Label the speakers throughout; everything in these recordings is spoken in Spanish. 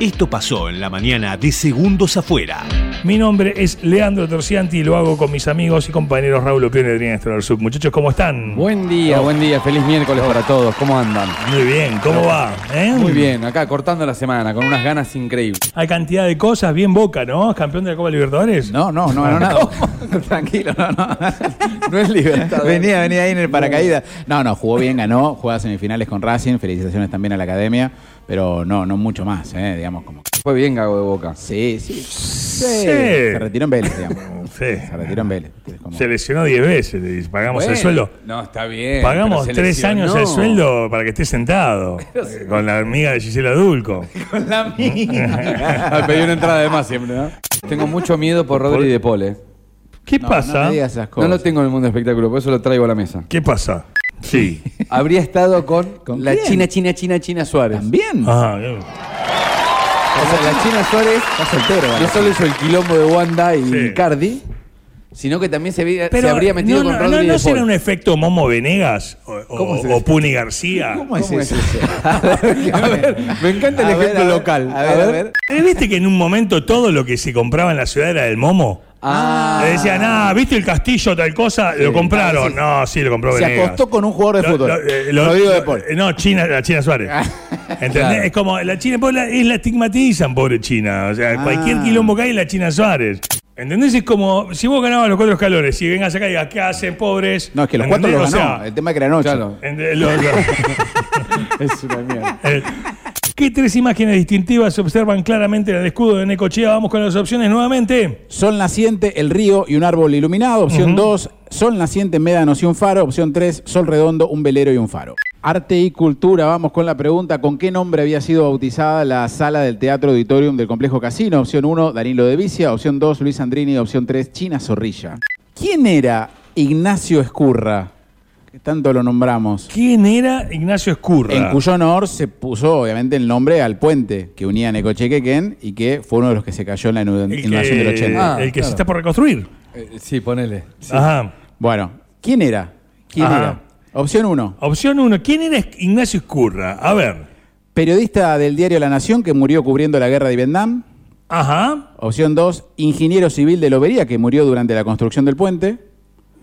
Speaker 1: Esto pasó en la mañana de Segundos Afuera.
Speaker 2: Mi nombre es Leandro Torcianti y lo hago con mis amigos y compañeros Raúl Opión y Adrián Estrada Sub. Muchachos, ¿cómo están?
Speaker 3: Buen día, buen día, feliz miércoles para todos. ¿Cómo andan?
Speaker 2: Muy bien, ¿cómo va? ¿Eh?
Speaker 3: Oh. Muy bien, acá cortando la semana con unas ganas increíbles.
Speaker 2: Hay cantidad de cosas, bien boca, ¿no? Campeón de la Copa Libertadores.
Speaker 3: No, no, no, no, nada. Tranquilo, no, no. No es libertad. Venía, venía ahí en el paracaídas. No, no, jugó bien, ganó, jugaba semifinales con Racing. Felicitaciones también a la academia, pero no, no mucho más, ¿eh? digamos como.
Speaker 4: Fue bien Gago de Boca.
Speaker 3: Sí, sí. Sí.
Speaker 2: Sí.
Speaker 3: Se retiró en Vélez, digamos.
Speaker 2: Sí.
Speaker 3: Se retiró en Vélez. Es como-
Speaker 2: Se lesionó 10 veces, le pagamos el
Speaker 3: Bueno,
Speaker 2: sueldo.
Speaker 3: No, está bien.
Speaker 2: Pagamos
Speaker 3: pero se
Speaker 2: tres años el
Speaker 3: lesionó.
Speaker 2: sueldo para que esté sentado eh, con la amiga de Gisela Dulco.
Speaker 3: Con la mía.
Speaker 4: Ah, pedí una entrada de más siempre, ¿no? Tengo mucho miedo por Rodri de Paul, ¿eh?
Speaker 2: ¿Qué
Speaker 3: No,
Speaker 2: pasa?
Speaker 3: No me digas esas
Speaker 4: No
Speaker 3: cosas.
Speaker 4: lo tengo en el mundo del espectáculo, por eso lo traigo a la mesa.
Speaker 2: ¿Qué pasa? Sí.
Speaker 4: Habría estado con,
Speaker 3: ¿Con
Speaker 4: la
Speaker 3: quién?
Speaker 4: China, China, China, China Suárez.
Speaker 3: También.
Speaker 2: Ajá, bien.
Speaker 4: O sea, la China Suárez
Speaker 3: Está soltero,
Speaker 4: no
Speaker 3: ¿vale?
Speaker 4: solo hizo el quilombo de Wanda y
Speaker 2: Sí.
Speaker 4: Cardi, sino que también se, había- se
Speaker 2: Pero,
Speaker 4: habría metido
Speaker 2: no,
Speaker 4: con
Speaker 2: no,
Speaker 4: Rodri
Speaker 2: no,
Speaker 4: de
Speaker 2: ¿No
Speaker 4: Paul.
Speaker 2: será un efecto Momo Venegas o, o-
Speaker 4: ¿Cómo se
Speaker 2: o Puni García?
Speaker 3: ¿Cómo es eso?
Speaker 4: A ver, me encanta el
Speaker 3: A ver,
Speaker 4: ejemplo
Speaker 3: a ver,
Speaker 4: local.
Speaker 3: A ver, a ver.
Speaker 2: ¿Eh, ¿Viste que en un momento todo lo que se compraba en la ciudad era del Momo?
Speaker 4: Ah,
Speaker 2: Le decían, ah, ¿viste el castillo tal cosa? Lo compraron. No, sí, lo compró
Speaker 3: Ah, Se
Speaker 2: Venegas.
Speaker 3: acostó con un jugador de
Speaker 2: Lo-
Speaker 3: fútbol.
Speaker 2: lo- eh, lo-
Speaker 3: Rodrigo
Speaker 2: lo-
Speaker 3: de Paul.
Speaker 2: eh, No, China, la China Suárez. ¿Entendés?
Speaker 4: Claro.
Speaker 2: Es como, la China Paul la- es la estigmatizan, pobre China. O sea,
Speaker 3: Ah.
Speaker 2: cualquier quilombo que hay, la China Suárez. ¿Entendés? Es como, si vos ganabas los cuatro escalones y vengas acá y digas, ¿qué hacen, pobres?
Speaker 3: No, es que los cuatro
Speaker 2: ¿Entendés?
Speaker 3: los
Speaker 2: O
Speaker 3: ganó.
Speaker 2: sea,
Speaker 3: el tema es que eran ocho.
Speaker 4: Claro.
Speaker 2: ente- lo- lo-
Speaker 4: es una mierda.
Speaker 2: eh, ¿Qué tres imágenes distintivas se observan claramente en el escudo de Necochea? Vamos con las opciones nuevamente.
Speaker 3: Sol naciente, el río y un árbol iluminado. Opción 2, sol naciente, médanos y un faro. Opción 3, sol redondo, un velero y un faro. Arte y cultura, vamos con la pregunta, ¿con qué nombre había sido bautizada la sala del Teatro Auditorium del Complejo Casino? Opción 1, Danilo de Vicia. Opción 2, Luis Andrini. Opción 3, China Zorrilla. ¿Quién era Ignacio Escurra? Que tanto lo nombramos.
Speaker 2: ¿Quién era Ignacio Escurra?
Speaker 3: En cuyo honor se puso, obviamente, el nombre al puente que unía Necochequequén y que fue uno de los que se cayó en la inund-
Speaker 2: el que,
Speaker 3: inundación del 80.
Speaker 4: Ah,
Speaker 2: el que se
Speaker 4: claro.
Speaker 2: está por reconstruir.
Speaker 4: Eh, sí, ponele.
Speaker 2: Ajá.
Speaker 3: Bueno, ¿quién era? ¿Quién
Speaker 2: Ajá.
Speaker 3: era? Opción 1,
Speaker 2: Opción 1. ¿Quién era Ignacio Escurra? A ver.
Speaker 3: periodista del diario La Nación que murió cubriendo la guerra de Vietnam.
Speaker 2: Ajá.
Speaker 3: Opción 2, ingeniero civil de Lobería que murió durante la construcción del puente.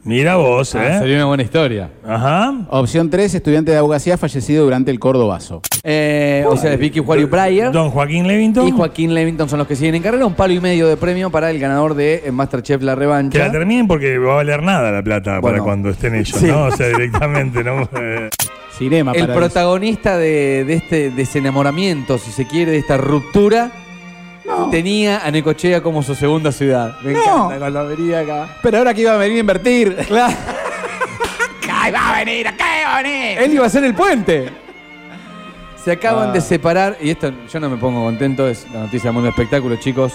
Speaker 2: Mira vos,
Speaker 4: Ah,
Speaker 2: ¿eh?
Speaker 4: Sería una buena historia.
Speaker 2: Ajá.
Speaker 3: Opción 3, estudiante de abogacía fallecido durante el Cordobazo.
Speaker 4: Eh, o sea, es Vicky Juario Breyer.
Speaker 2: Don Joaquín Levington.
Speaker 4: Y Joaquín Levington son los que siguen en carrera. Un palo y medio de premio para el ganador de eh, Masterchef La
Speaker 2: Que la
Speaker 4: Revancha.
Speaker 2: terminen porque va a valer nada la plata para
Speaker 4: Bueno.
Speaker 2: cuando estén ellos,
Speaker 4: Sí.
Speaker 2: ¿no? O sea, directamente, ¿no? Eh,
Speaker 3: Cinema
Speaker 4: El
Speaker 3: para
Speaker 4: protagonista de, de este desenamoramiento, si se quiere, de esta ruptura, tenía a Necochea como su segunda ciudad. Me
Speaker 3: No.
Speaker 4: encanta cuando venía acá.
Speaker 3: Pero ahora que iba a venir a invertir.
Speaker 4: Claro.
Speaker 3: ¡Ay, va a venir! ¡Acá va a venir!
Speaker 4: Él iba a ser el puente. Ah. Se acaban de separar, y esto yo no me pongo contento, es la noticia del mundo del espectáculo, chicos.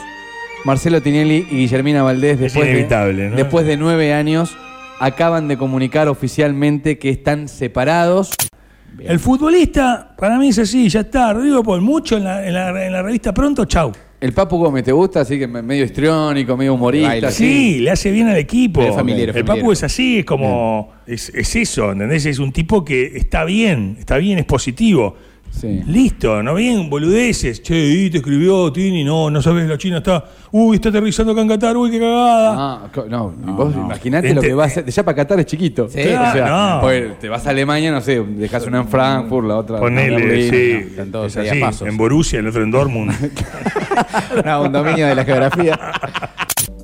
Speaker 4: Marcelo Tinelli y Guillermina Valdés, después,
Speaker 2: inevitable,
Speaker 4: de,
Speaker 2: ¿no?
Speaker 4: después de nueve años, acaban de comunicar oficialmente que están separados.
Speaker 2: el futbolista, para mí es así, ya está. Rodrigo Paul, mucho en la, en la- en la revista Pronto, chau.
Speaker 4: El Papu Gómez te gusta, así que me- medio histriónico, medio humorista.
Speaker 3: Baila.
Speaker 4: así.
Speaker 2: Sí, le hace bien al equipo.
Speaker 3: Es familiar, es
Speaker 2: el
Speaker 3: familiar.
Speaker 2: Papu es así, es como. Es, es eso, ¿entendés? Es un tipo que está bien, está bien, es positivo.
Speaker 4: Sí.
Speaker 2: Listo, no bien, boludeces. Che, y te escribió Tini, no, no sabes, la China está. Uy, está aterrizando acá en Qatar, uy, qué cagada.
Speaker 4: Ah, co- no, vos imaginate
Speaker 2: Este-
Speaker 4: lo que va a ser. De ya para Qatar es chiquito.
Speaker 3: Sí,
Speaker 4: o sea,
Speaker 2: claro, no.
Speaker 4: pues te vas a Alemania, no sé, dejas una en Frankfurt, Ah, la otra. en
Speaker 2: Ponele,
Speaker 4: Berlín,
Speaker 2: sí.
Speaker 3: están todos
Speaker 2: Es
Speaker 3: ahí a
Speaker 2: así,
Speaker 3: pasos.
Speaker 2: en Borussia, el otro en Dortmund.
Speaker 3: No, un dominio de la geografía.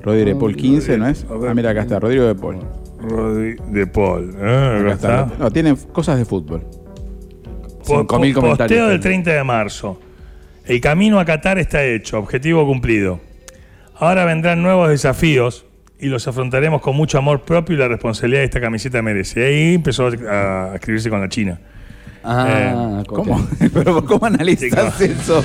Speaker 3: Rodrigo de Paul 15, ¿no es? Ah, mira, acá está, Rodrigo de Paul.
Speaker 2: Rodri de Paul. Ah, acá
Speaker 3: Acá
Speaker 2: está.
Speaker 3: está. No, tienen cosas de fútbol.
Speaker 2: Po-
Speaker 4: 5.000
Speaker 2: po- Posteo
Speaker 4: comentarios.
Speaker 2: del 30 de marzo. El camino a Qatar está hecho, objetivo cumplido. Ahora vendrán nuevos desafíos y los afrontaremos con mucho amor propio y la responsabilidad que esta camiseta merece. Y ahí empezó a a escribirse con la China.
Speaker 4: Ah,
Speaker 2: Eh.
Speaker 3: ¿Cómo? Pero ¿cómo analizás
Speaker 2: Sí,
Speaker 3: eso?